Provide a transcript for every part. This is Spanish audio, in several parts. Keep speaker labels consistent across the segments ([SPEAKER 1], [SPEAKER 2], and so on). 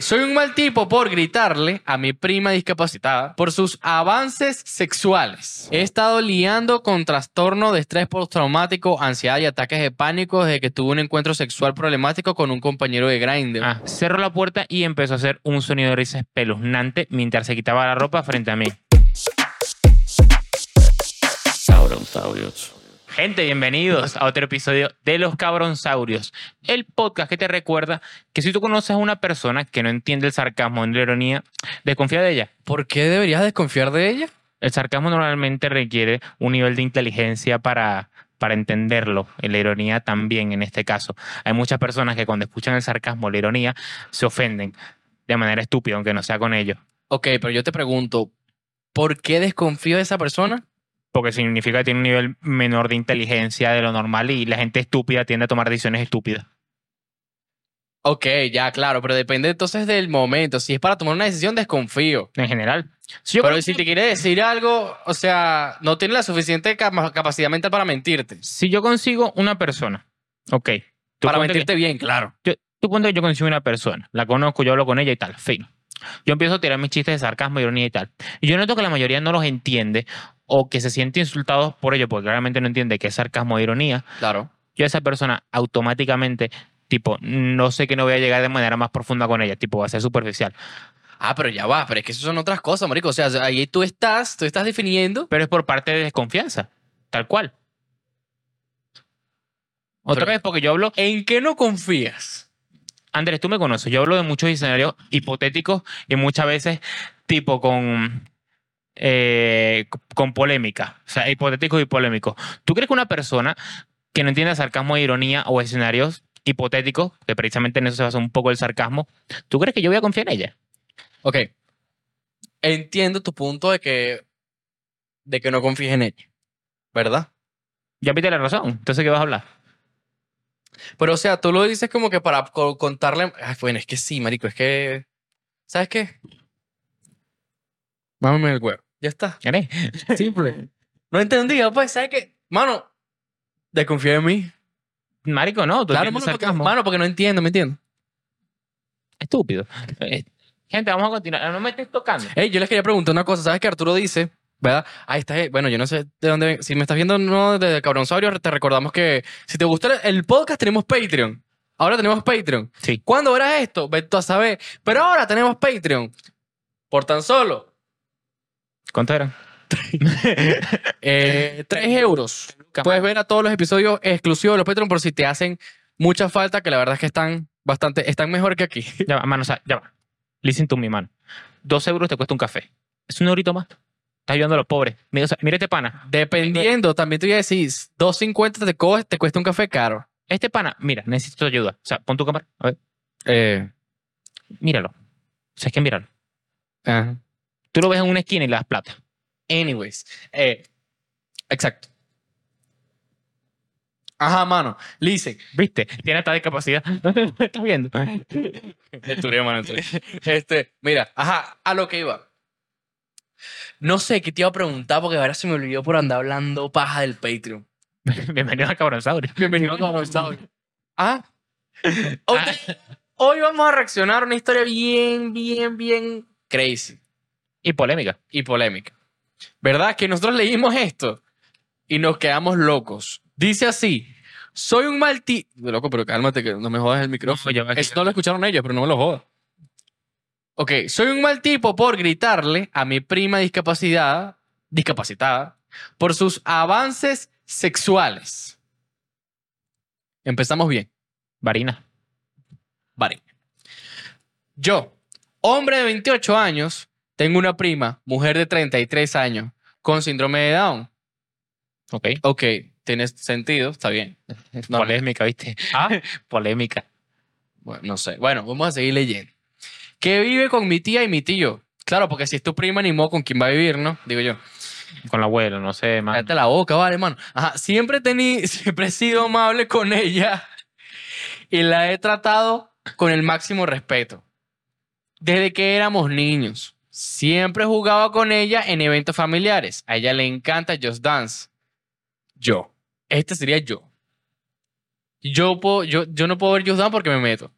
[SPEAKER 1] Soy un mal tipo por gritarle a mi prima discapacitada por sus avances sexuales. He estado liando con trastorno de estrés postraumático, ansiedad y ataques de pánico desde que tuve un encuentro sexual problemático con un compañero de Grindr.
[SPEAKER 2] Ah, cerró la puerta y empezó a hacer un sonido de risa espeluznante mientras se quitaba la ropa frente a mí.
[SPEAKER 3] Sauronsaurios.
[SPEAKER 2] Gente, bienvenidos a otro episodio de Los Cabronsaurios, el podcast que te recuerda que si tú conoces a una persona que no entiende el sarcasmo ni la ironía, desconfía de ella.
[SPEAKER 1] ¿Por qué deberías desconfiar de ella?
[SPEAKER 2] El sarcasmo normalmente requiere un nivel de inteligencia para, para entenderlo, y la ironía también en este caso. Hay muchas personas que cuando escuchan el sarcasmo o la ironía se ofenden de manera estúpida, aunque no sea con ellos,
[SPEAKER 1] Ok, pero yo te pregunto, ¿por qué desconfío de esa persona?
[SPEAKER 2] porque significa que tiene un nivel menor de inteligencia de lo normal y la gente estúpida tiende a tomar decisiones estúpidas.
[SPEAKER 1] Ok, ya, claro, pero depende entonces del momento. Si es para tomar una decisión, desconfío.
[SPEAKER 2] en general. Si yo
[SPEAKER 1] pero
[SPEAKER 2] creo
[SPEAKER 1] si
[SPEAKER 2] que-
[SPEAKER 1] te quiere decir algo, o sea, no tiene la suficiente capa- capacidad mental para mentirte.
[SPEAKER 2] si yo consigo una persona, ok. tú
[SPEAKER 1] Para
[SPEAKER 2] ponte que-
[SPEAKER 1] mentirte bien, claro.
[SPEAKER 2] yo- tú ponte que yo consigo una persona, la conozco, yo hablo con ella y tal, fin. Yo empiezo a tirar mis chistes de sarcasmo, ironía y tal. Y yo noto que la mayoría no los entiende o que se siente insultados por ello, porque claramente no entiende qué es sarcasmo e ironía.
[SPEAKER 1] Claro.
[SPEAKER 2] Yo a esa persona automáticamente, tipo, no sé que no voy a llegar de manera más profunda con ella, tipo, va a ser superficial.
[SPEAKER 1] Ah, pero ya va, pero es que eso son otras cosas, marico. O sea, ahí tú estás, tú estás definiendo.
[SPEAKER 2] Pero es por parte de desconfianza, tal cual. Otra
[SPEAKER 1] Pero-
[SPEAKER 2] vez, porque yo hablo
[SPEAKER 1] ¿En qué no confías?
[SPEAKER 2] Andrés, tú me conoces. Yo hablo de muchos escenarios hipotéticos y muchas veces tipo con, eh, con polémica. O sea, hipotéticos y polémicos. ¿Tú crees que una persona que no entiende sarcasmo e ironía o escenarios hipotéticos, que precisamente en eso se basa un poco el sarcasmo, ¿tú crees que yo voy a confiar en ella?
[SPEAKER 1] Ok. Entiendo tu punto de que, de que no confíes en ella, ¿verdad?
[SPEAKER 2] Ya pide la razón. Entonces, ¿qué vas a hablar?
[SPEAKER 1] Pero, o sea, tú lo dices como que para co- contarle... Ay, bueno, es que sí, marico, es que... ¿Sabes qué? Mámame el huevo. Ya está.
[SPEAKER 2] ¿Eres? Simple.
[SPEAKER 1] No entendía, pues, ¿sabes qué? Mano, desconfía de mí.
[SPEAKER 2] Marico, no. Tú
[SPEAKER 1] Claro,
[SPEAKER 2] entiendes
[SPEAKER 1] mano
[SPEAKER 2] el
[SPEAKER 1] porque,
[SPEAKER 2] sarcasmo.
[SPEAKER 1] mano, porque no entiendo, ¿me entiendes?
[SPEAKER 2] Estúpido. Eh, Gente, vamos a continuar. No me estés tocando.
[SPEAKER 1] Ey, yo les quería preguntar una cosa. ¿Sabes qué Arturo dice? ¿Verdad? Ahí está. eh, Bueno, yo no sé de dónde. Si me estás viendo no desde Cabronzaurio, te recordamos que si te gusta el podcast, tenemos Patreon. Ahora tenemos Patreon.
[SPEAKER 2] Sí.
[SPEAKER 1] ¿Cuándo verás esto? Vete tú a saber. Pero ahora tenemos Patreon. Por tan solo
[SPEAKER 2] ¿Cuánto era?
[SPEAKER 1] eh, 3 euros. Puedes ver a todos los episodios exclusivos de los Patreon por si te hacen mucha falta, que la verdad es que están bastante. Están mejor que aquí.
[SPEAKER 2] Ya va, mano, o sea, ya va. Listen to me, mano. Dos euros te cuesta un café. Es un eurito más. Estás ayudando a los pobres. Mira, o sea, mira este pana.
[SPEAKER 1] Dependiendo, también te voy a decir, 2.50 te, co- te cuesta un café caro.
[SPEAKER 2] Este pana, mira, necesito tu ayuda. O sea, pon tu cámara. A ver,
[SPEAKER 1] Eh,
[SPEAKER 2] míralo. O sea, es que míralo. Tú lo ves en una esquina y le das plata.
[SPEAKER 1] Anyways, eh, exacto. Ajá, mano. Listen.
[SPEAKER 2] ¿Viste? Tiene esta discapacidad. ¿Estás viendo?
[SPEAKER 1] Este, mira, ajá, a lo que iba. No sé qué te iba a preguntar porque ahora se me olvidó por andar hablando paja del Patreon.
[SPEAKER 2] Bienvenido a Cabronzaurio.
[SPEAKER 1] Bienvenido a Ah. Cabronzaurio. Ah. Ok, Hoy vamos a reaccionar a una historia bien, bien, bien crazy.
[SPEAKER 2] Y polémica.
[SPEAKER 1] y polémica. ¿Verdad? Que nosotros leímos esto y nos quedamos locos. Dice así, soy un mal ti... Loco, pero cálmate que no me jodas el micrófono.
[SPEAKER 2] No, ya va, que
[SPEAKER 1] Eso
[SPEAKER 2] ya-
[SPEAKER 1] no lo escucharon ellos, pero no me lo jodas. Ok, soy un mal tipo por gritarle a mi prima discapacidad, discapacitada por sus avances sexuales. Empezamos bien.
[SPEAKER 2] Varina.
[SPEAKER 1] Vale. Yo, hombre de 28 años, tengo una prima, mujer de 33 años, con síndrome de Down.
[SPEAKER 2] Ok.
[SPEAKER 1] Ok, tiene sentido, está bien. No.
[SPEAKER 2] Polémica, ¿viste? Ah, polémica.
[SPEAKER 1] Bueno, no sé. Bueno, vamos a seguir leyendo. Que vive con mi tía y mi tío. Claro, porque si es tu prima, ni modo con quién va a vivir, ¿no? Digo yo.
[SPEAKER 2] Con la abuela, no sé, más.
[SPEAKER 1] Cállate la boca, vale, hermano. Ajá, siempre, tení, siempre he sido amable con ella y la he tratado con el máximo respeto. Desde que éramos niños, siempre jugaba con ella en eventos familiares. A ella le encanta Just Dance. Yo. Este sería yo. Yo, puedo- yo, yo no puedo ver Just Dance porque me meto.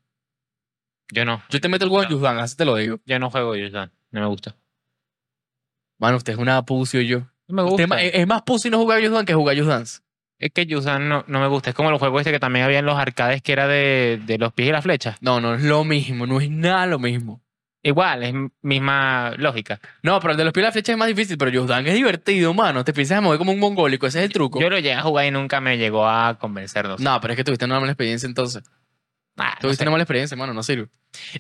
[SPEAKER 2] Yo no.
[SPEAKER 1] Yo te meto el huevo en Yuzdan, así te lo digo.
[SPEAKER 2] Yo no juego Yuzdan. No me gusta.
[SPEAKER 1] Mano, usted es una pucio yo.
[SPEAKER 2] No me
[SPEAKER 1] Usted
[SPEAKER 2] gusta.
[SPEAKER 1] es ma- es, es más pussy no jugar Yuzdan que jugar Yuzdan.
[SPEAKER 2] Es que Yuzan no, no me gusta. Es como los juegos este que también había en los arcades que era de, de los pies y las flechas.
[SPEAKER 1] No, no es lo mismo, no es nada lo mismo.
[SPEAKER 2] Igual, es misma lógica.
[SPEAKER 1] No, pero el de los pies y la flecha es más difícil, pero Yuzdan es divertido, mano. Te piensas a mover como un mongólico, ese es el truco.
[SPEAKER 2] Yo lo llegué a jugar y nunca me llegó a convencer. No, sé.
[SPEAKER 1] No, pero es que tuviste una mala experiencia entonces.
[SPEAKER 2] Ah, no
[SPEAKER 1] Tuviste
[SPEAKER 2] sé.
[SPEAKER 1] una mala experiencia, mano, no sirve.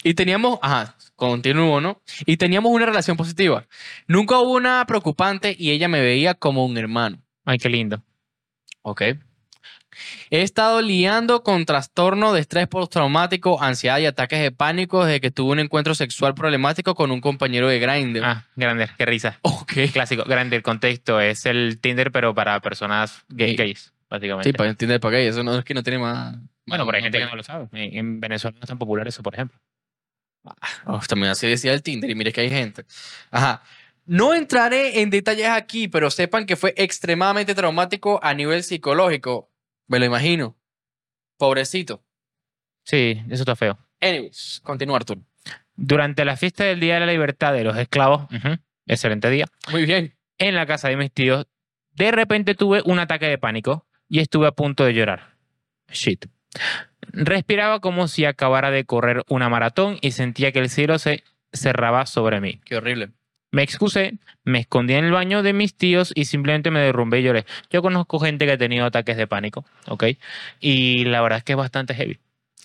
[SPEAKER 1] Y teníamos, ajá, continúo, ¿no? Y teníamos una relación positiva. Nunca hubo una preocupante y ella me veía como un hermano.
[SPEAKER 2] Ay, qué lindo.
[SPEAKER 1] Ok. He estado liando con trastorno de estrés postraumático, ansiedad y ataques de pánico desde que tuve un encuentro sexual problemático con un compañero de Grindr.
[SPEAKER 2] Ah, grande, qué risa.
[SPEAKER 1] ok.
[SPEAKER 2] Clásico, grande el contexto. Es el Tinder, pero para personas gay,
[SPEAKER 1] Sí.
[SPEAKER 2] gays, básicamente.
[SPEAKER 1] Sí, para entender para qué. Eso no es que no tiene más.
[SPEAKER 2] bueno, pero hay gente que pues, no
[SPEAKER 1] no.
[SPEAKER 2] lo sabe. En, en Venezuela no es tan popular eso, por ejemplo.
[SPEAKER 1] Oh, también así decía el Tinder y mire que hay gente. Ajá. No entraré en detalles aquí, pero sepan que fue extremadamente traumático a nivel psicológico. Me lo imagino. Pobrecito.
[SPEAKER 2] Sí, eso está feo.
[SPEAKER 1] Anyways, continúa Arturo.
[SPEAKER 2] Durante la fiesta del Día de la Libertad de los Esclavos, ujú, excelente día,
[SPEAKER 1] Muy bien.
[SPEAKER 2] en la casa de mis tíos, de repente tuve un ataque de pánico y estuve a punto de llorar. Shit. Respiraba como si acabara de correr una maratón y sentía que el cielo se cerraba sobre mí.
[SPEAKER 1] Qué horrible.
[SPEAKER 2] Me excusé, me escondí en el baño de mis tíos y simplemente me derrumbé y lloré. Yo conozco gente que ha tenido ataques de pánico, ¿ok? Y la verdad es que es bastante heavy.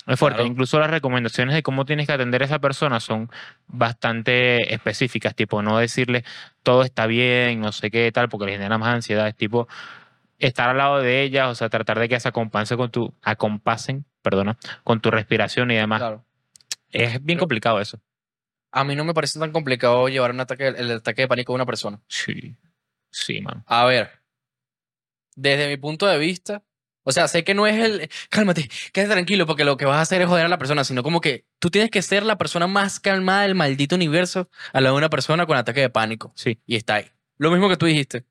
[SPEAKER 2] Es fuerte.
[SPEAKER 1] Claro.
[SPEAKER 2] Incluso las recomendaciones de cómo tienes que atender a esa persona son bastante específicas, tipo no decirle todo está bien, no sé qué tal, porque le genera más ansiedad. Es tipo estar al lado de ellas, o sea, tratar de que se acompasen con tu, acompasen, perdona, con tu respiración y demás.
[SPEAKER 1] Claro.
[SPEAKER 2] Es bien
[SPEAKER 1] Pero-
[SPEAKER 2] complicado eso.
[SPEAKER 1] A mí no me parece tan complicado llevar un ataque, el ataque de pánico de una persona.
[SPEAKER 2] Sí, sí, man.
[SPEAKER 1] A ver, desde mi punto de vista, o sea, sé que no es el, cálmate, quédate tranquilo, porque lo que vas a hacer es joder a la persona, sino como que tú tienes que ser la persona más calmada del maldito universo a la de una persona con ataque de pánico.
[SPEAKER 2] Sí.
[SPEAKER 1] Y está ahí. Lo mismo que tú dijiste.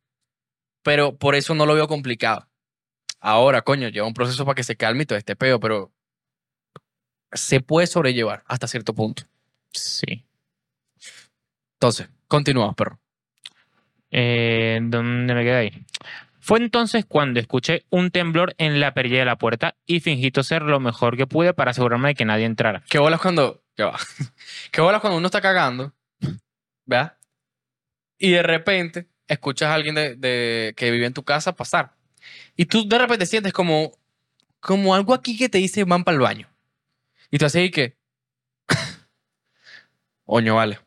[SPEAKER 1] Pero por eso no lo veo complicado. Ahora, coño, lleva un proceso para que se calme y todo este peo, pero se puede sobrellevar hasta cierto punto.
[SPEAKER 2] Sí.
[SPEAKER 1] Entonces, continuamos, perro.
[SPEAKER 2] Eh, ¿Dónde me quedé ahí? Fue entonces cuando escuché un temblor en la perilla de la puerta y fingí toser lo mejor que pude para asegurarme de que nadie entrara.
[SPEAKER 1] ¿Qué bolas cuando. Ya va. ¿Qué bolas cuando uno está cagando? ¿Verdad? Y de repente escuchas a alguien de, de- que vive en tu casa pasar. Y tú de repente sientes como, como algo aquí que te dice van para el baño. Y tú así que. Oño, vale.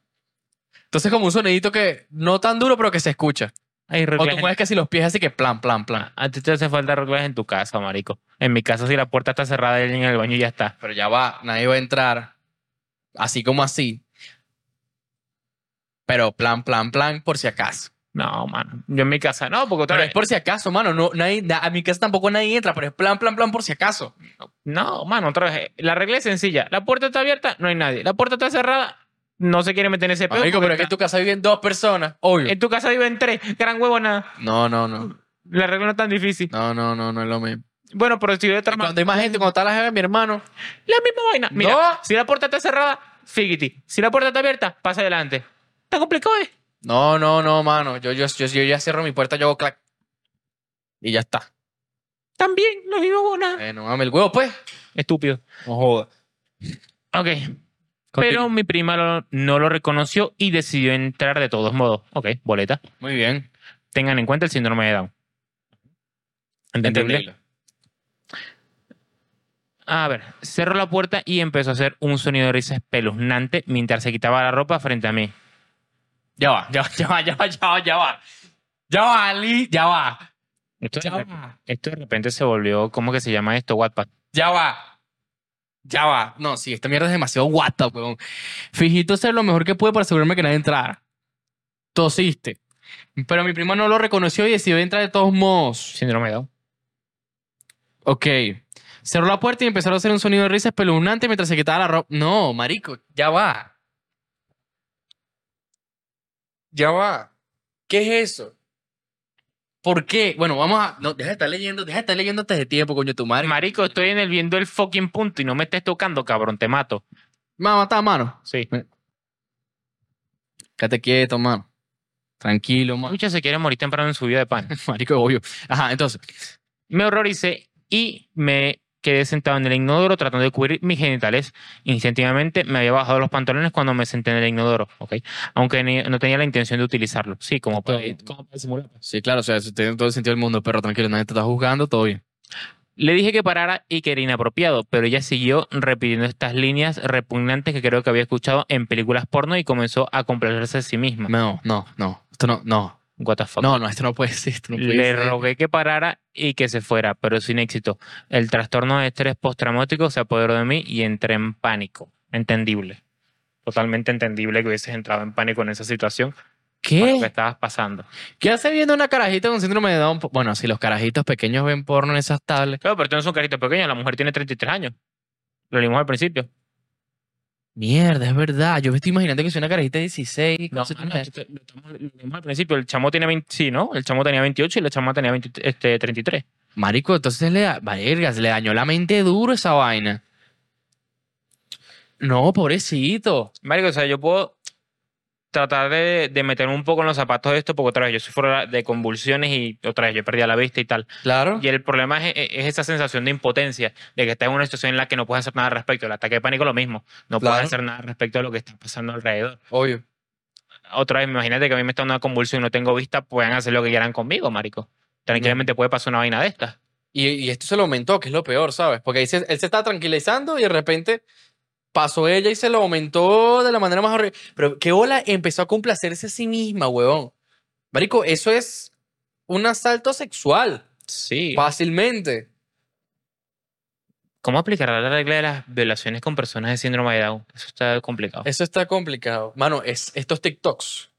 [SPEAKER 1] Entonces, como un sonidito que no tan duro, pero que se escucha.
[SPEAKER 2] Hay
[SPEAKER 1] O
[SPEAKER 2] reglas
[SPEAKER 1] tú
[SPEAKER 2] en-
[SPEAKER 1] mueves casi los pies, así que plan, plan, plan.
[SPEAKER 2] A ti te hace falta reglas en tu casa, marico. En mi casa, si la puerta está cerrada, él en el baño y ya está.
[SPEAKER 1] Pero ya va, nadie va a entrar. Así como así. Pero plan, plan, plan, por si acaso.
[SPEAKER 2] No, mano. Yo en mi casa no, porque otra
[SPEAKER 1] Pero es
[SPEAKER 2] vez.
[SPEAKER 1] por si acaso, mano. No, nadie, na- a mi casa tampoco nadie entra, pero es plan, plan, plan, por si acaso.
[SPEAKER 2] No, mano, otra vez. La regla es sencilla. La puerta está abierta, no hay nadie. La puerta está cerrada, no se quiere meter en ese pedo. Eh,
[SPEAKER 1] Amigo,
[SPEAKER 2] porque
[SPEAKER 1] pero es que en
[SPEAKER 2] está-
[SPEAKER 1] tu casa viven dos personas, obvio.
[SPEAKER 2] en tu casa viven tres. Gran huevo, nada.
[SPEAKER 1] No, no, no.
[SPEAKER 2] La regla no es tan difícil.
[SPEAKER 1] No, no, no, no es lo mismo.
[SPEAKER 2] Bueno, pero si yo de otra ma-
[SPEAKER 1] Cuando hay más gente, cuando está la jefa de mi hermano.
[SPEAKER 2] La misma vaina. Mira,
[SPEAKER 1] No.
[SPEAKER 2] si la puerta está cerrada, fíjate. Si la puerta está abierta, pasa adelante. Está complicado, ¿eh?
[SPEAKER 1] No, no, no, mano. Yo, yo, yo, yo ya cierro mi puerta, yo hago clac. Y ya está.
[SPEAKER 2] También, lo mismo buena.
[SPEAKER 1] Eh, no mames el huevo, pues.
[SPEAKER 2] Estúpido.
[SPEAKER 1] No joda.
[SPEAKER 2] Ok. Pero mi prima lo- no lo reconoció y decidió entrar de todos modos. Ok, boleta.
[SPEAKER 1] Muy bien.
[SPEAKER 2] Tengan en cuenta el síndrome de Down.
[SPEAKER 1] Entendible.
[SPEAKER 2] A ver, cerró la puerta y empezó a hacer un sonido de risa espeluznante mientras se quitaba la ropa frente a mí.
[SPEAKER 1] Ya va, ya va, ya va, ya va, ya va, ya va. Ya va, Ali, ya va.
[SPEAKER 2] Esto,
[SPEAKER 1] Ya
[SPEAKER 2] de, rep-
[SPEAKER 1] va,
[SPEAKER 2] esto de repente se volvió, ¿cómo que se llama esto? Wattpad.
[SPEAKER 1] ya va. Ya va. No, sí, esta mierda es demasiado guata, weón. Fijito ser lo mejor que pude para asegurarme que nadie entrara. Tosiste. Pero mi prima no lo reconoció y decidió entrar de todos modos.
[SPEAKER 2] Síndrome de Down.
[SPEAKER 1] Ok. Cerró la puerta y empezaron a hacer un sonido de risa espeluznante mientras se quitaba la ropa. No, marico, ya va. Ya va. ¿Qué es eso? ¿Por qué? Bueno, vamos a. No, deja de estar leyendo, deja de estar leyendo antes de tiempo, coño, tu madre.
[SPEAKER 2] Marico, estoy en el viendo el fucking punto y no me estés tocando, cabrón, te mato.
[SPEAKER 1] Me va a matar, mano.
[SPEAKER 2] Sí.
[SPEAKER 1] Quédate quieto, mano. Tranquilo, mano.
[SPEAKER 2] Muchas se quieren morir temprano en su vida de pan.
[SPEAKER 1] Marico, obvio. Ajá, entonces.
[SPEAKER 2] Me horroricé y me quedé sentado en el inodoro tratando de cubrir mis genitales. Instintivamente me había bajado los pantalones cuando me senté en el inodoro, ¿ok? Aunque ni- no tenía la intención de utilizarlo. Sí, como para,
[SPEAKER 1] Pero-
[SPEAKER 2] como para simular.
[SPEAKER 1] Sí, claro, o sea, eso tiene todo el sentido del mundo, pero tranquilo, nadie te está juzgando, todo bien.
[SPEAKER 2] Le dije que parara y que era inapropiado, pero ella siguió repitiendo estas líneas repugnantes que creo que había escuchado en películas porno y comenzó a complacerse a sí misma.
[SPEAKER 1] No, no, no. Esto no, no.
[SPEAKER 2] What the fuck.
[SPEAKER 1] No, no, esto no puede ser. Esto no puede
[SPEAKER 2] Le
[SPEAKER 1] ser.
[SPEAKER 2] rogué que parara y que se fuera, pero sin éxito. El trastorno de estrés postraumático se apoderó de mí y entré en pánico. Entendible. Totalmente entendible que hubieses entrado en pánico en esa situación por lo que
[SPEAKER 1] ¿Qué?
[SPEAKER 2] estabas pasando.
[SPEAKER 1] ¿Qué hace viendo una carajita con síndrome de Down? Bueno, si los carajitos pequeños ven porno en esas tablets.
[SPEAKER 2] Claro, pero tú no es un carito pequeño, la mujer tiene 33 años. Lo leímos al principio.
[SPEAKER 1] Mierda, es verdad. Yo me estoy imaginando que soy una carajita de 16.
[SPEAKER 2] No,
[SPEAKER 1] cosas
[SPEAKER 2] mano,
[SPEAKER 1] como-
[SPEAKER 2] esto- lo estamos- lo leímos al principio. El chamo tiene 20, sí, ¿no? El chamo tenía 28 y la chama tenía 20 este, 33.
[SPEAKER 1] Marico, entonces le, da- verga, se le dañó la mente duro esa vaina. No, pobrecito.
[SPEAKER 2] Marico, o sea, yo puedo tratar de, de meterme un poco en los zapatos de esto, porque otra vez yo sufro de convulsiones y otra vez yo perdía la vista y tal.
[SPEAKER 1] Claro.
[SPEAKER 2] Y el problema es, e, es esa sensación de impotencia, de que estás en una situación en la que no puedes hacer nada al respecto. El ataque de pánico es lo mismo. No
[SPEAKER 1] Claro.
[SPEAKER 2] puedes hacer nada al respecto a lo que está pasando alrededor.
[SPEAKER 1] Obvio.
[SPEAKER 2] Otra vez, imagínate que a mí me está una convulsión y no tengo vista, pueden hacer lo que quieran conmigo, marico. Tranquilamente puede pasar una vaina de estas.
[SPEAKER 1] Y, y esto se lo aumentó, que es lo peor, ¿sabes? Porque ahí se- él se está tranquilizando y de repente pasó ella y se lo aumentó de la manera más horrible. Pero qué ola empezó a complacerse a sí misma, huevón. Marico, eso es un asalto sexual,
[SPEAKER 2] Sí.
[SPEAKER 1] fácilmente.
[SPEAKER 2] ¿Cómo aplicar la regla de las violaciones con personas de síndrome de Down? Eso está complicado.
[SPEAKER 1] Eso está complicado. Mano, es, estos TikToks.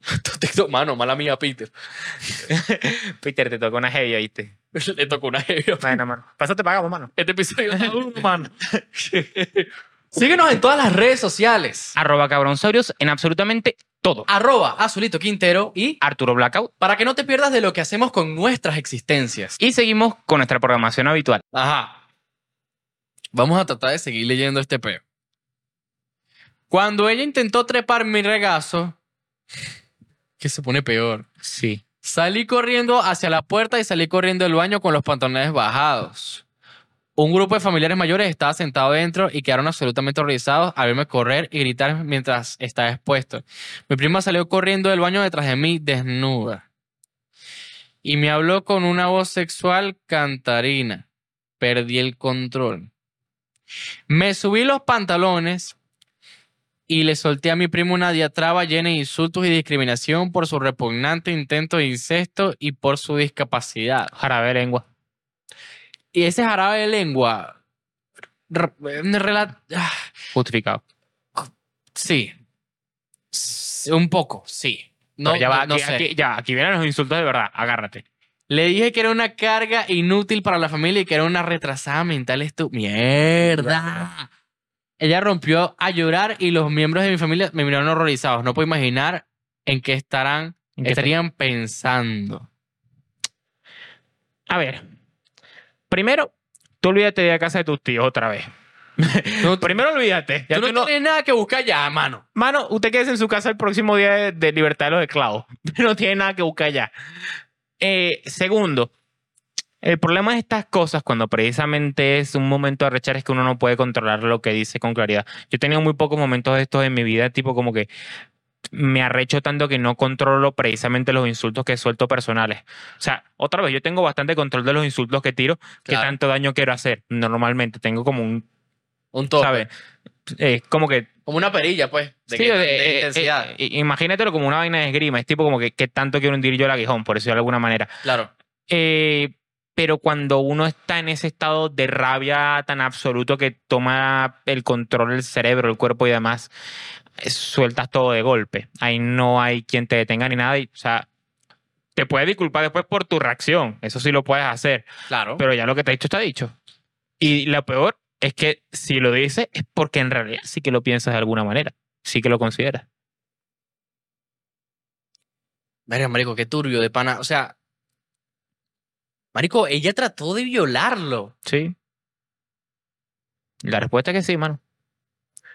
[SPEAKER 1] Estos TikToks, mano, mala mía, Peter.
[SPEAKER 2] Peter, te tocó una heavy, ¿viste?
[SPEAKER 1] Le tocó una heavy.
[SPEAKER 2] Bueno, mano. Pásate, pagamos, mano.
[SPEAKER 1] Este episodio está duro.
[SPEAKER 2] mano.
[SPEAKER 1] Síguenos en todas las redes sociales.
[SPEAKER 2] Arroba cabronsaurios en absolutamente todo.
[SPEAKER 1] Arroba Azulito Quintero y
[SPEAKER 2] Arturo Blackout.
[SPEAKER 1] para que no te pierdas de lo que hacemos con nuestras existencias.
[SPEAKER 2] Y seguimos con nuestra programación habitual.
[SPEAKER 1] Ajá. Vamos a tratar de seguir leyendo este peo. Cuando ella intentó trepar mi regazo, que se pone peor,
[SPEAKER 2] Sí.
[SPEAKER 1] salí corriendo hacia la puerta y salí corriendo del baño con los pantalones bajados. Un grupo de familiares mayores estaba sentado dentro y quedaron absolutamente horrorizados al verme correr y gritar mientras estaba expuesto. Mi prima salió corriendo del baño detrás de mí, desnuda. Y me habló con una voz sexual cantarina. Perdí el control. Me subí los pantalones y le solté a mi primo una diatraba llena de insultos y discriminación por su repugnante intento de incesto y por su discapacidad.
[SPEAKER 2] Jarabe de lengua.
[SPEAKER 1] Y ese jarabe de lengua. re- rela- ah,
[SPEAKER 2] Justificado.
[SPEAKER 1] Sí. S- Un poco, sí. No,
[SPEAKER 2] Pero ya va,
[SPEAKER 1] no- no
[SPEAKER 2] aquí,
[SPEAKER 1] sé.
[SPEAKER 2] aquí- ya, aquí vienen los insultos de verdad. Agárrate.
[SPEAKER 1] Le dije que era una carga inútil para la familia y que era una retrasada mental estu... ¡Mierda! Ella rompió a llorar y los miembros de mi familia me miraron horrorizados. No puedo imaginar en qué estarán,
[SPEAKER 2] ¿En qué
[SPEAKER 1] estarían pensando.
[SPEAKER 2] A ver. Primero, tú olvídate de la casa de tus tíos otra vez.
[SPEAKER 1] No, tú
[SPEAKER 2] Primero olvídate. Ya
[SPEAKER 1] no,
[SPEAKER 2] tú no-
[SPEAKER 1] tienes nada que buscar ya, mano.
[SPEAKER 2] Mano, usted quédese en su casa el próximo día de, de libertad de los esclavos. No tiene nada que buscar allá. Eh, segundo, el problema de estas cosas, cuando precisamente es un momento de arrechar, es que uno no puede controlar lo que dice con claridad. Yo he tenido muy pocos momentos de estos en mi vida, tipo como que me arrecho tanto que no controlo precisamente los insultos que suelto personales. O sea, otra vez, yo tengo bastante control de los insultos que tiro, que
[SPEAKER 1] Claro.
[SPEAKER 2] tanto daño quiero hacer. Normalmente tengo como un,
[SPEAKER 1] Un tope.
[SPEAKER 2] ¿sabes? Es como que
[SPEAKER 1] Como una perilla, pues. De,
[SPEAKER 2] Sí,
[SPEAKER 1] que-
[SPEAKER 2] o sea,
[SPEAKER 1] de
[SPEAKER 2] eh, eh,
[SPEAKER 1] intensidad.
[SPEAKER 2] eh, imagínatelo como una vaina de esgrima. Es tipo como que, que tanto quiero hundir yo el aguijón, por decirlo de alguna manera.
[SPEAKER 1] claro.
[SPEAKER 2] Eh, pero cuando uno está en ese estado de rabia tan absoluto que toma el control del cerebro, el cuerpo y demás, eh, sueltas todo de golpe. Ahí no hay quien te detenga ni nada. Y, o sea, te puedes disculpar después por tu reacción. Eso sí lo puedes hacer.
[SPEAKER 1] Claro.
[SPEAKER 2] Pero ya lo que te he dicho está dicho. Y lo peor es que si lo dices es porque en realidad sí que lo piensas de alguna manera. Sí que lo consideras.
[SPEAKER 1] Verga, marico, qué turbio de pana. O sea... Marico, ella trató de violarlo.
[SPEAKER 2] Sí. La respuesta es que sí, mano.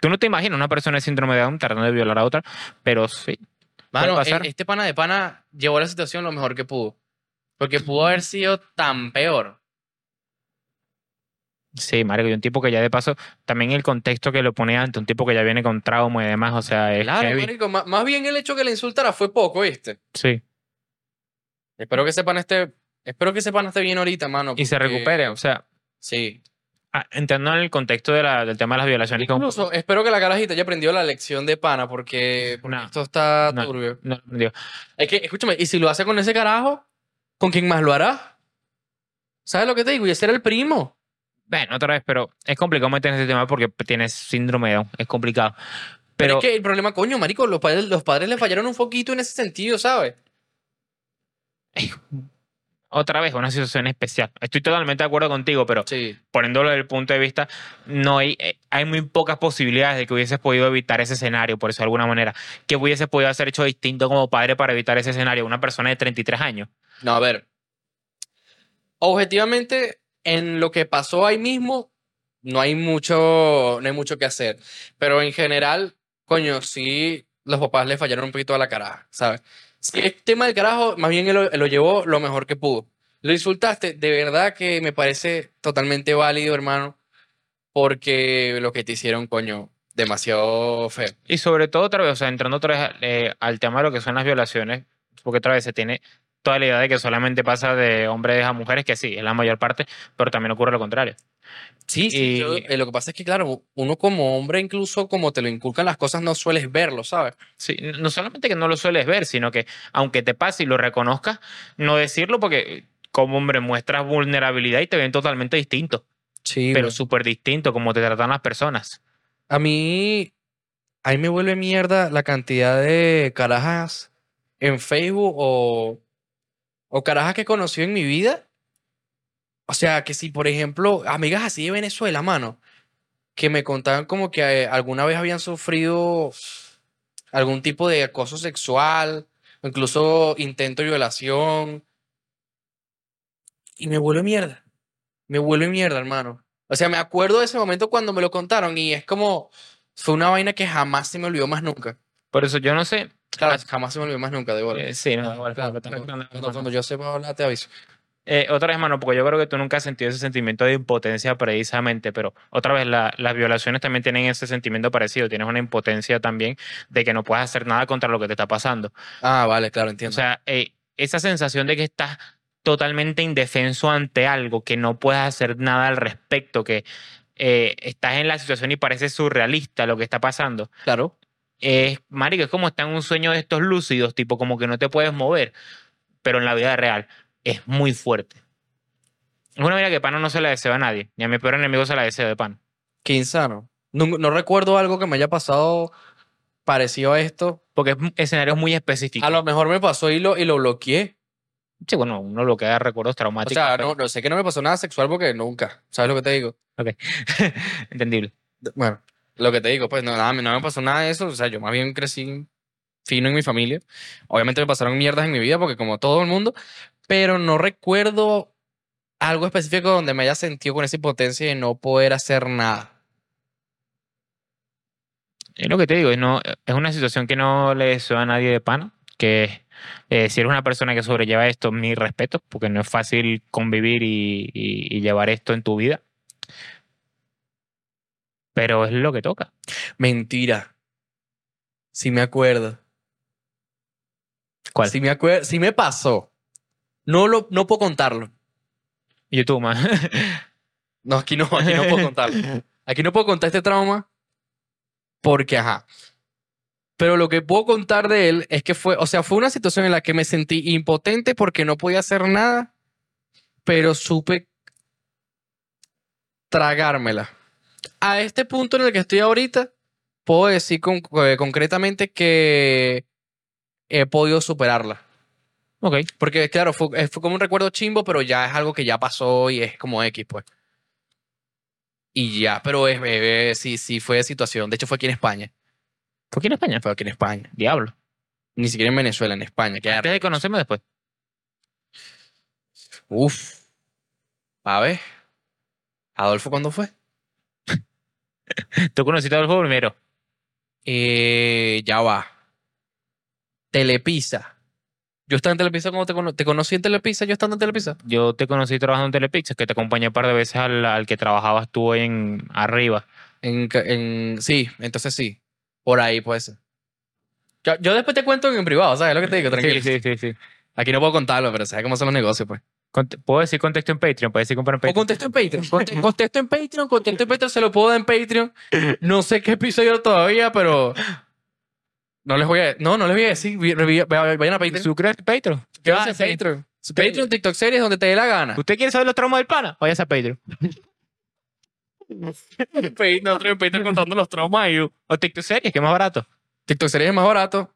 [SPEAKER 2] Tú no te imaginas una persona de síndrome de Down tratando de violar a otra, pero sí. Puede
[SPEAKER 1] Mano, e-
[SPEAKER 2] pasar.
[SPEAKER 1] este pana de pana llevó la situación lo mejor que pudo. Porque pudo haber sido tan peor.
[SPEAKER 2] Sí, marico, y un tipo que ya de paso, también el contexto que lo pone ante, un tipo que ya viene con trauma y demás, o sea, es
[SPEAKER 1] Claro,
[SPEAKER 2] heavy.
[SPEAKER 1] marico, ma- Más bien el hecho que le insultara fue poco, ¿viste?
[SPEAKER 2] Sí,
[SPEAKER 1] Espero que sepan este... Espero que sepan este bien ahorita, mano.
[SPEAKER 2] y se
[SPEAKER 1] porque-
[SPEAKER 2] recupere, o sea,
[SPEAKER 1] Sí.
[SPEAKER 2] ah, entrando en el contexto de la- del tema de las violaciones, como-
[SPEAKER 1] Incluso espero que la carajita haya aprendido la lección de pana porque porque
[SPEAKER 2] No.
[SPEAKER 1] esto está
[SPEAKER 2] No.
[SPEAKER 1] turbio.
[SPEAKER 2] no, digo,
[SPEAKER 1] Es que, escúchame, y si lo hace con ese carajo, ¿con quién más lo hará? ¿Sabes lo que te digo? Y ese era el primo.
[SPEAKER 2] bueno, otra vez, pero es complicado meter en ese tema porque tienes síndrome de Down, es complicado.
[SPEAKER 1] Pero
[SPEAKER 2] Pero,
[SPEAKER 1] es que el problema, coño, marico, los padres, los padres le fallaron un poquito en ese sentido, ¿sabes?
[SPEAKER 2] otra vez, una situación especial. Estoy totalmente de acuerdo contigo, pero
[SPEAKER 1] Sí.
[SPEAKER 2] poniéndolo desde el punto de vista, no hay, eh, hay muy pocas posibilidades de que hubieses podido evitar ese escenario, por eso de alguna manera, que hubieses podido hacer hecho distinto como padre para evitar ese escenario, una persona de 33 años.
[SPEAKER 1] No, a ver. Objetivamente, en lo que pasó ahí mismo, no hay mucho, no hay mucho que hacer. Pero en general, coño, sí, los papás le fallaron un poquito a la caraja, ¿sabes? Si el tema del carajo, más bien él lo, él lo llevó lo mejor que pudo. Lo insultaste, de verdad que me parece totalmente válido, hermano, porque lo que te hicieron, coño, demasiado feo.
[SPEAKER 2] Y sobre todo, otra vez, o sea, entrando otra vez eh, al tema de lo que son las violaciones, porque otra vez se tiene toda la idea de que solamente pasa de hombres a mujeres, que sí, es la mayor parte, pero también ocurre lo contrario.
[SPEAKER 1] Sí, sí, yo-
[SPEAKER 2] Y-
[SPEAKER 1] eh, lo que pasa es que, claro, uno como hombre, incluso como te lo inculcan las cosas, no sueles verlo, ¿sabes?
[SPEAKER 2] Sí, n- no solamente que no lo sueles ver, sino que aunque te pase y lo reconozcas, no decirlo porque como hombre muestras vulnerabilidad y te ven totalmente distinto,
[SPEAKER 1] Sí,
[SPEAKER 2] pero súper distinto como te tratan las personas.
[SPEAKER 1] a mí, a mí me vuelve mierda la cantidad de carajas en Facebook o, o carajas que conocí en mi vida. O sea, que si, por ejemplo, amigas así de Venezuela, mano, que me contaban como que eh, alguna vez habían sufrido algún tipo de acoso sexual, o incluso intento de violación. Y me vuelve mierda. Me vuelve mierda, hermano. O sea, me acuerdo de ese momento cuando me lo contaron y es como, fue una vaina que jamás se me olvidó más nunca.
[SPEAKER 2] Por eso yo no sé.
[SPEAKER 1] Claro, jamás se me olvidó más nunca, de bola.
[SPEAKER 2] eh, sí, no,
[SPEAKER 1] Ah,
[SPEAKER 2] igual,
[SPEAKER 1] claro,
[SPEAKER 2] pero tampoco-
[SPEAKER 1] cuando, cuando- cuando yo sepa hablar, te aviso.
[SPEAKER 2] Eh, otra vez, mano, porque yo creo que tú nunca has sentido ese sentimiento de impotencia precisamente, pero otra vez, la- las violaciones también tienen ese sentimiento parecido. Tienes una impotencia también de que no puedes hacer nada contra lo que te está pasando.
[SPEAKER 1] Ah, vale, claro,
[SPEAKER 2] O
[SPEAKER 1] entiendo.
[SPEAKER 2] sea, eh, esa sensación de que estás totalmente indefenso ante algo, que no puedes hacer nada al respecto, que eh, estás en la situación y parece surrealista lo que está pasando.
[SPEAKER 1] claro.
[SPEAKER 2] Es, marico, es como estar en un sueño de estos lúcidos, tipo como que no te puedes mover, pero en la vida real es muy fuerte. Es una vida que Pano no se la deseo a nadie, ni a mi peor enemigo se la deseo de Pano.
[SPEAKER 1] Qué insano. No, no recuerdo algo que me haya pasado parecido a esto.
[SPEAKER 2] Porque es un escenario muy específico.
[SPEAKER 1] A lo mejor me pasó y lo, y lo bloqueé.
[SPEAKER 2] Sí, bueno, uno lo queda recuerdos
[SPEAKER 1] O
[SPEAKER 2] traumáticos.
[SPEAKER 1] sea,
[SPEAKER 2] pero-
[SPEAKER 1] no, no sé que no me pasó nada sexual porque nunca. ¿Sabes lo que te digo?
[SPEAKER 2] Entendible.
[SPEAKER 1] de- Bueno, lo que te digo, pues no, nada, no me pasó nada de eso. O sea, yo más bien crecí fino en mi familia. Obviamente me pasaron mierdas en mi vida, porque como todo el mundo, pero no recuerdo algo específico donde me haya sentido con esa impotencia de no poder hacer nada.
[SPEAKER 2] Es lo que te digo, es, no, es una situación que no le deseo a nadie de pana, que eh, si eres una persona que sobrelleva esto, mi respeto, porque no es fácil convivir y, y- y llevar esto en tu vida. Pero es lo que toca.
[SPEAKER 1] Mentira. Sí me acuerdo.
[SPEAKER 2] ¿Cuál?
[SPEAKER 1] Sí me acuerdo, sí me pasó. No lo no puedo contarlo.
[SPEAKER 2] YouTube, man.
[SPEAKER 1] No, aquí no, aquí no puedo contarlo. Aquí no puedo contar este trauma porque, ajá. Pero lo que puedo contar de él es que fue, o sea, fue una situación en la que me sentí impotente porque no podía hacer nada, pero supe tragármela. A este punto en el que estoy ahorita, puedo decir con- eh, concretamente que he podido superarla.
[SPEAKER 2] ok, pues
[SPEAKER 1] Porque, claro, fue, eh, fue como un recuerdo chimbo, pero ya es algo que ya pasó y es como X, pues. Y ya, pero es, eh, eh, sí, sí, fue situación. De hecho, fue aquí en España.
[SPEAKER 2] ¿por qué en España?
[SPEAKER 1] Fue aquí en España.
[SPEAKER 2] Diablo.
[SPEAKER 1] Ni siquiera en Venezuela, en España. Qué
[SPEAKER 2] Antes
[SPEAKER 1] arre-
[SPEAKER 2] de conocerme después.
[SPEAKER 1] Uf. A ver. ¿Adolfo cuándo fue?
[SPEAKER 2] Tú conociste a Adolfo primero.
[SPEAKER 1] Eh, ya va. Telepisa. Yo estaba en Telepisa cuando te, cono- te conocí en Telepisa, yo estaba en Telepisa.
[SPEAKER 2] Yo te conocí trabajando en Telepizza, que te acompañé un par de veces al, al que trabajabas tú en arriba.
[SPEAKER 1] En, ca- en- sí, entonces sí. Por ahí puede ser. Yo, yo después te cuento en privado, ¿sabes lo que te digo? Tranquilo.
[SPEAKER 2] Sí, sí, sí. sí.
[SPEAKER 1] Aquí no puedo contarlo, pero sabes cómo son los negocios, pues.
[SPEAKER 2] Cont- ¿Puedo decir contexto en Patreon? ¿Puedes decir comprar en
[SPEAKER 1] O
[SPEAKER 2] Patreon?
[SPEAKER 1] contesto en Patreon. conte- Contesto en Patreon, contesto en Patreon, se lo puedo dar en Patreon. No sé qué episodio todavía, pero. No les voy a. No, no les voy a decir. vi- vi- Vayan a Patreon.
[SPEAKER 2] Suscríbete a Patreon.
[SPEAKER 1] ¿Qué
[SPEAKER 2] Ah,
[SPEAKER 1] vas a hacer
[SPEAKER 2] sí.
[SPEAKER 1] Patreon? Patreon, TikTok series, donde te dé la gana.
[SPEAKER 2] ¿Usted quiere saber los tramos del pana? Vaya a Patreon.
[SPEAKER 1] Patreon, Patreon contando los traumas. Y...
[SPEAKER 2] O TikTok series, que es más barato.
[SPEAKER 1] TikTok series es más barato.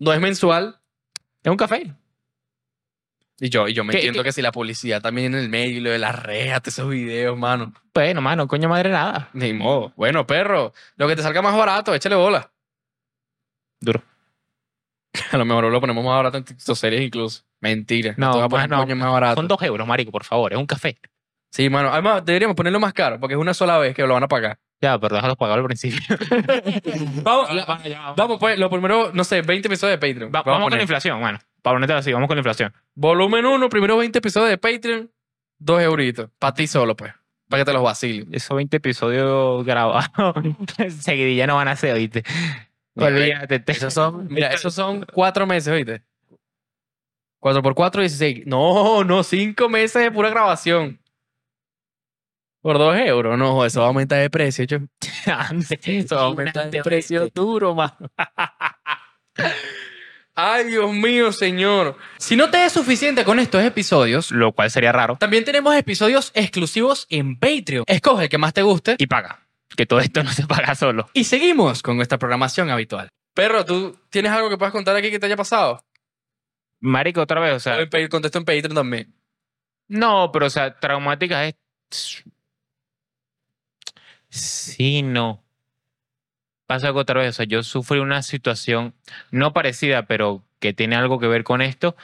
[SPEAKER 1] No es mensual.
[SPEAKER 2] Es un café.
[SPEAKER 1] Y yo, y yo me
[SPEAKER 2] ¿Qué-
[SPEAKER 1] entiendo
[SPEAKER 2] qué?
[SPEAKER 1] que si la publicidad también en el medio y lo de las rejas, todos esos videos, mano.
[SPEAKER 2] Bueno, mano, coño madre nada.
[SPEAKER 1] Ni modo. Bueno, perro, lo que te salga más barato, échale bola.
[SPEAKER 2] Duro.
[SPEAKER 1] A lo mejor lo ponemos más barato en TikTok series incluso. Mentira.
[SPEAKER 2] No,
[SPEAKER 1] te voy a
[SPEAKER 2] más
[SPEAKER 1] poner
[SPEAKER 2] no.
[SPEAKER 1] coño más barato.
[SPEAKER 2] Son dos euros, marico, por favor. Es un café.
[SPEAKER 1] Sí, mano. Además, deberíamos ponerlo más caro porque es una sola vez que lo van a pagar.
[SPEAKER 2] Ya, pero déjalos pagar al principio.
[SPEAKER 1] Vamos,
[SPEAKER 2] Pana, ya, vamos.
[SPEAKER 1] vamos pues, lo primero, no sé, 20 episodios de Patreon.
[SPEAKER 2] Va-
[SPEAKER 1] Vamos a
[SPEAKER 2] vamos con
[SPEAKER 1] poner.
[SPEAKER 2] la inflación, bueno. Para ponértelo así, vamos con la inflación.
[SPEAKER 1] Volumen 1, primero 20 episodios de Patreon, 2 euritos. Para ti solo, pues. Para que te los vaciles.
[SPEAKER 2] Esos 20 episodios grabados seguidilla no van a ser, ¿oíste?
[SPEAKER 1] Mira,
[SPEAKER 2] Olvídate. te-
[SPEAKER 1] Esos son, mira, esos son 4 meses, ¿oíste? 4 por 4, 16. No, no, 5 meses de pura grabación. Por 2 euros, no, eso va a aumentar de precio, yo.
[SPEAKER 2] Eso aumenta de precio duro, mano.
[SPEAKER 1] Ay, Dios mío, señor. Si no te es suficiente con estos episodios,
[SPEAKER 2] Lo cual sería raro.
[SPEAKER 1] también tenemos episodios exclusivos en Patreon. Escoge el que más te guste
[SPEAKER 2] Y paga. Que todo esto no se paga solo.
[SPEAKER 1] Y seguimos con nuestra programación habitual. Perro, ¿tú tienes algo que puedas contar aquí que te haya pasado?
[SPEAKER 2] Marico, otra vez, o sea.
[SPEAKER 1] O en Patreon- contesto en Patreon también.
[SPEAKER 2] No, pero o sea, traumáticas es. Sí, no. Pasa algo otra vez. O sea, yo sufrí una situación no parecida, pero que tiene algo que ver con esto.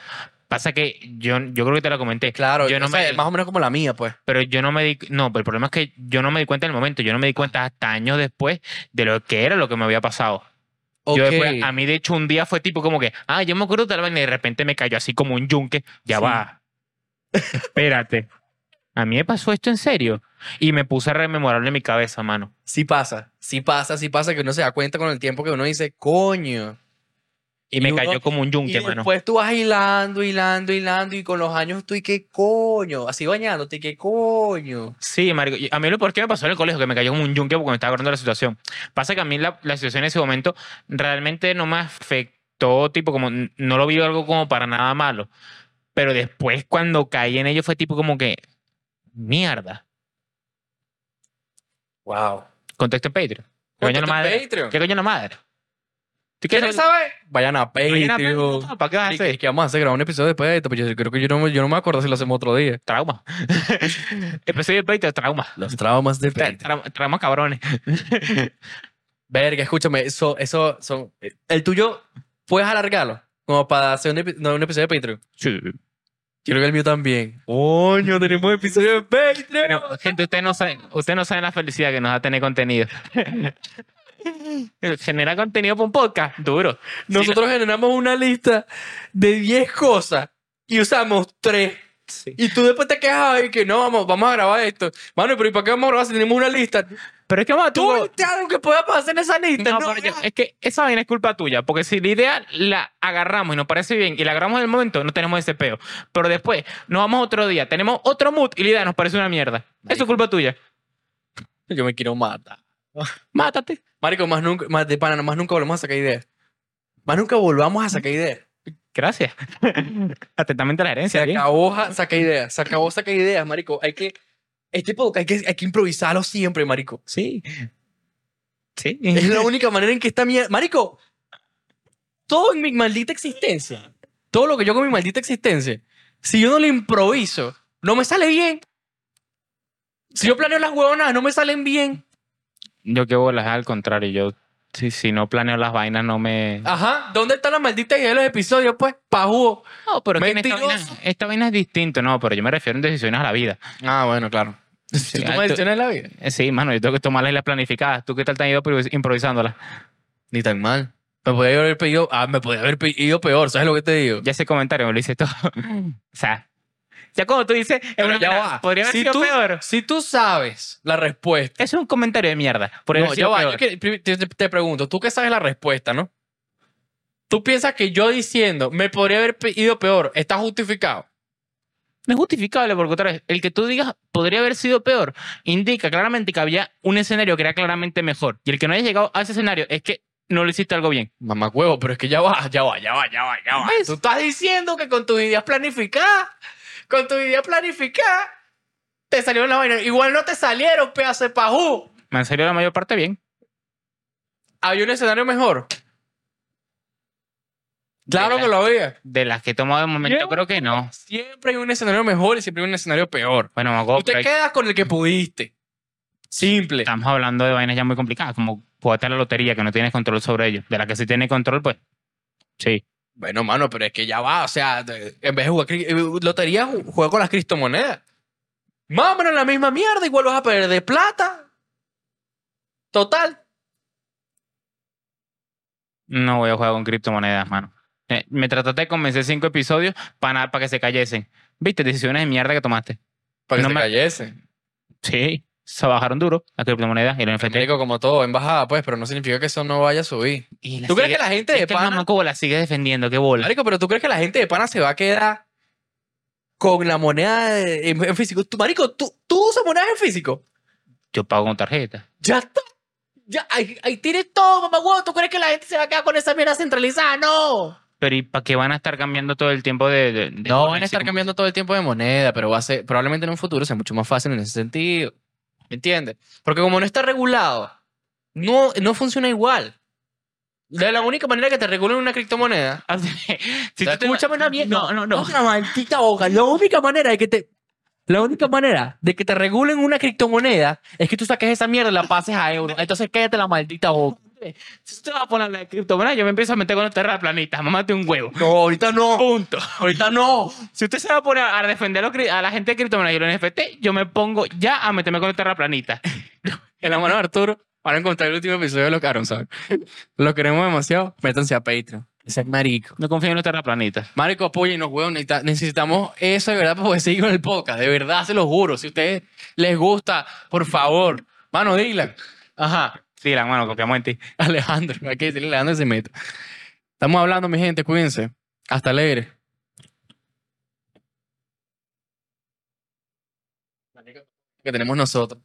[SPEAKER 2] Pasa que yo, yo creo que te la comenté.
[SPEAKER 1] Claro,
[SPEAKER 2] yo no
[SPEAKER 1] o sea,
[SPEAKER 2] me-
[SPEAKER 1] es más o menos como la mía, pues.
[SPEAKER 2] Pero yo no me di. No, pero el problema es que yo no me di cuenta en el momento. Yo no me di cuenta hasta años después de lo que era lo que me había pasado. Yo después- a mí, de hecho, un día fue tipo como que, ah, yo me acuerdo de tal vaina", y de repente me cayó así como un yunque. Ya
[SPEAKER 1] Sí.
[SPEAKER 2] va. Espérate. A mí me pasó esto en serio. Y me puse a rememorarlo en mi cabeza, mano.
[SPEAKER 1] Sí pasa, sí pasa, sí pasa que uno se da cuenta con el tiempo que uno dice, coño.
[SPEAKER 2] Y me
[SPEAKER 1] uno-
[SPEAKER 2] cayó como un
[SPEAKER 1] Y
[SPEAKER 2] yunque, mano.
[SPEAKER 1] después tú vas hilando, hilando, hilando y con los años tú y qué coño, así bañándote y qué coño.
[SPEAKER 2] Sí, marico. Y A mí lo peor que me pasó en el colegio, que me cayó como un yunque porque me estaba acordando de la situación. Pasa que a mí la, la situación en ese momento realmente no me afectó, tipo, como n- no lo vi algo como para nada malo. Pero después cuando caí en ello fue tipo como que, mierda.
[SPEAKER 1] Wow.
[SPEAKER 2] Contexto en Patreon. ¿Qué coño la madre?
[SPEAKER 1] Patreon.
[SPEAKER 2] ¿Qué coño la madre? ¿Tú
[SPEAKER 1] ¿Quieres
[SPEAKER 2] quieres
[SPEAKER 1] saber? Vayan a
[SPEAKER 2] Vayan a
[SPEAKER 1] Patreon.
[SPEAKER 2] Patreon, ¿Para qué vas a
[SPEAKER 1] Así que,
[SPEAKER 2] hacer?
[SPEAKER 1] que vamos a hacer grabar un episodio después de esto, pero yo creo que yo no, yo no me acuerdo si lo hacemos otro día.
[SPEAKER 2] Trauma. Empecé el Patreon, trauma.
[SPEAKER 1] Los traumas de
[SPEAKER 2] Tra- tra- Trauma cabrones.
[SPEAKER 1] Verga, escúchame, eso, eso, son, eh, el tuyo, puedes alargarlo, como para hacer un, epi- no, un episodio de Patreon.
[SPEAKER 2] Sí.
[SPEAKER 1] Yo creo que el mío también. Coño, tenemos episodio de Patreon.
[SPEAKER 2] Bueno, gente, ustedes no saben, ustedes no saben la felicidad que nos da tener contenido. Generar contenido para un podcast, duro.
[SPEAKER 1] Nosotros generamos una lista de 10 cosas y usamos 3.
[SPEAKER 2] Sí.
[SPEAKER 1] Y tú después te quejas ahí que no, vamos, vamos a grabar esto. Mano, pero ¿y para qué vamos a grabar si tenemos una lista?
[SPEAKER 2] Pero es que vamos a
[SPEAKER 1] Tú viste algo que pueda pasar en esa lista.
[SPEAKER 2] No,
[SPEAKER 1] No,
[SPEAKER 2] pero yo- es que esa vaina es culpa tuya, porque si la idea la agarramos y nos parece bien y la agarramos en el momento, no tenemos ese peo. Pero después nos vamos otro día, tenemos otro mood y la idea nos parece una mierda. Eso
[SPEAKER 1] Marico.
[SPEAKER 2] es culpa tuya.
[SPEAKER 1] Yo me quiero matar.
[SPEAKER 2] Mátate.
[SPEAKER 1] Marico, más nunca, más de pana, más nunca volvemos a sacar ideas. Más nunca volvamos a sacar ideas.
[SPEAKER 2] Gracias. Atentamente a la
[SPEAKER 1] Se
[SPEAKER 2] herencia. bien.
[SPEAKER 1] acabó, ja- saca ideas. Se acabó, saca ideas, marico. Hay que... Este podcast hay que, hay que improvisarlo siempre, marico.
[SPEAKER 2] Sí. Sí.
[SPEAKER 1] Es la única manera en que esta mierda... Marico, todo en mi maldita existencia, todo lo que yo hago en mi maldita existencia, si yo no lo improviso, no me sale bien. Si yo planeo las huevonas, no me salen bien.
[SPEAKER 2] Yo que bolas, al contrario, yo si, si no planeo las vainas no me...
[SPEAKER 1] Ajá, ¿dónde está la maldita idea de los episodios, pues? Pa' jugo.
[SPEAKER 2] no, Ah, pero es que en esta,
[SPEAKER 1] mentiroso.
[SPEAKER 2] vaina, esta vaina es distinto, no, pero yo me refiero en decisiones a la vida.
[SPEAKER 1] Ah, bueno, claro. ¿Tú
[SPEAKER 2] ah,
[SPEAKER 1] cómo
[SPEAKER 2] tú-
[SPEAKER 1] gestionas la vida?
[SPEAKER 2] Eh, Sí, mano, yo tengo que tomar las islas planificadas. ¿Tú qué tal te han ido improvis- improvisándolas?
[SPEAKER 1] Ni tan mal. Me podía haber pedido, ah, me podía haber pedido peor, ¿sabes lo que te digo?
[SPEAKER 2] Ya ese comentario me lo hice todo. o sea, ya como tú dices, es una mierda. podría haber
[SPEAKER 1] si
[SPEAKER 2] sido
[SPEAKER 1] tú,
[SPEAKER 2] peor.
[SPEAKER 1] Si tú sabes la respuesta.
[SPEAKER 2] Es un comentario de mierda. Podría
[SPEAKER 1] No,
[SPEAKER 2] haber
[SPEAKER 1] ya
[SPEAKER 2] sido
[SPEAKER 1] va, yo
[SPEAKER 2] peor.
[SPEAKER 1] que- pri- te, te pregunto, tú que sabes la respuesta, ¿no? Tú piensas que yo diciendo me podría haber pe- ido peor, está justificado.
[SPEAKER 2] No es justificable porque otra vez, el que tú digas podría haber sido peor, indica claramente que había un escenario que era claramente mejor. Y el que no haya llegado a ese escenario es que no lo hiciste algo bien.
[SPEAKER 1] Mamá huevo, pero es que ya va, ya va, ya va, ya va, ya va.
[SPEAKER 2] ¿Ves?
[SPEAKER 1] Tú estás diciendo que con tus ideas planificadas, con tus ideas planificadas, te salieron las vainas. Igual no te salieron, pedazo de pajú.
[SPEAKER 2] Me han salido la mayor parte bien.
[SPEAKER 1] Había un escenario mejor. Claro
[SPEAKER 2] De
[SPEAKER 1] que lo había.
[SPEAKER 2] De las que he tomado de momento,
[SPEAKER 1] Yo-
[SPEAKER 2] creo que no.
[SPEAKER 1] Siempre hay un escenario mejor y siempre hay un escenario peor.
[SPEAKER 2] Bueno, Mago,
[SPEAKER 1] Tú te
[SPEAKER 2] pero
[SPEAKER 1] quedas con el que pudiste. Simple.
[SPEAKER 2] estamos hablando de vainas ya muy complicadas, como jugarte a la lotería, que no tienes control sobre ello. De la que sí tienes control, pues. Sí.
[SPEAKER 1] Bueno, mano, pero es que ya va. O sea, de- en vez de jugar cri- eh, lotería, ju- juega con las criptomonedas. Más o menos la misma mierda, igual vas a perder plata. Total.
[SPEAKER 2] No voy a jugar con criptomonedas, mano. Eh, Me trataste de convencer cinco episodios para que se cayesen. ¿Viste? Decisiones de mierda que tomaste.
[SPEAKER 1] Para que
[SPEAKER 2] No
[SPEAKER 1] se
[SPEAKER 2] me-
[SPEAKER 1] cayese.
[SPEAKER 2] Sí, se bajaron duro las criptomonedas y lo enfrenté.
[SPEAKER 1] Marico, como todo, en bajada, pues, pero no significa que eso no vaya a subir.
[SPEAKER 2] Y la
[SPEAKER 1] ¿Tú crees
[SPEAKER 2] sigue-
[SPEAKER 1] que la gente de
[SPEAKER 2] es que el
[SPEAKER 1] pana.
[SPEAKER 2] mamacubo la sigue defendiendo? ¿Qué bola?
[SPEAKER 1] Marico, pero tú crees que la gente de pana se va a quedar con la moneda de- en, en físico. Tú, marico, tú, tú usas monedas en físico.
[SPEAKER 2] Yo pago con tarjeta.
[SPEAKER 1] Ya está. Ya, ahí, ahí tienes todo, mamá huevo. ¿Tú crees que la gente se va a quedar con esa mierda centralizada? No.
[SPEAKER 2] Pero ¿y para qué van a estar cambiando todo el tiempo de...? de- de-
[SPEAKER 1] No van a estar
[SPEAKER 2] sí,
[SPEAKER 1] cambiando todo el tiempo de moneda, pero va a ser, probablemente en un futuro sea mucho más fácil en ese sentido. ¿Me entiendes? Porque como no está regulado, no, no funciona igual. De la única manera que te regulen una criptomoneda.
[SPEAKER 2] si tú te-
[SPEAKER 1] escúchame una mierda.
[SPEAKER 2] No, no, no.
[SPEAKER 1] Otra maldita boca. La única manera de que te. La única manera de que te regulen una criptomoneda es que tú saques esa mierda y la pases a euros. Entonces cállate la maldita boca.
[SPEAKER 2] Si tú te vas a poner la de criptomoneda, yo me empiezo a meter con los terraplanistas. Mámate un huevo.
[SPEAKER 1] No, ahorita no.
[SPEAKER 2] Punto.
[SPEAKER 1] Ahorita no.
[SPEAKER 2] Si usted se va a poner a defender a, los cri- a la gente de criptomonedas y los NFT, yo me pongo ya a meterme con los terraplanistas.
[SPEAKER 1] En la mano de Arturo van a encontrar el último episodio de Los Caron, ¿sabes? Lo queremos demasiado. Métanse a Patreon. Ese es marico.
[SPEAKER 2] No confío en los terraplanistas.
[SPEAKER 1] Marico, apóyennos, weón. Necesita- Necesitamos eso de verdad para poder seguir con el podcast. De verdad, se lo juro. Si a ustedes les gusta, por favor. Mano, díganla. Ajá.
[SPEAKER 2] Sí, la mano, confiamos en ti.
[SPEAKER 1] Alejandro. Hay que decirle a Alejandro que se meta. Estamos hablando, mi gente. Cuídense. Hasta alegre. Que tenemos nosotros.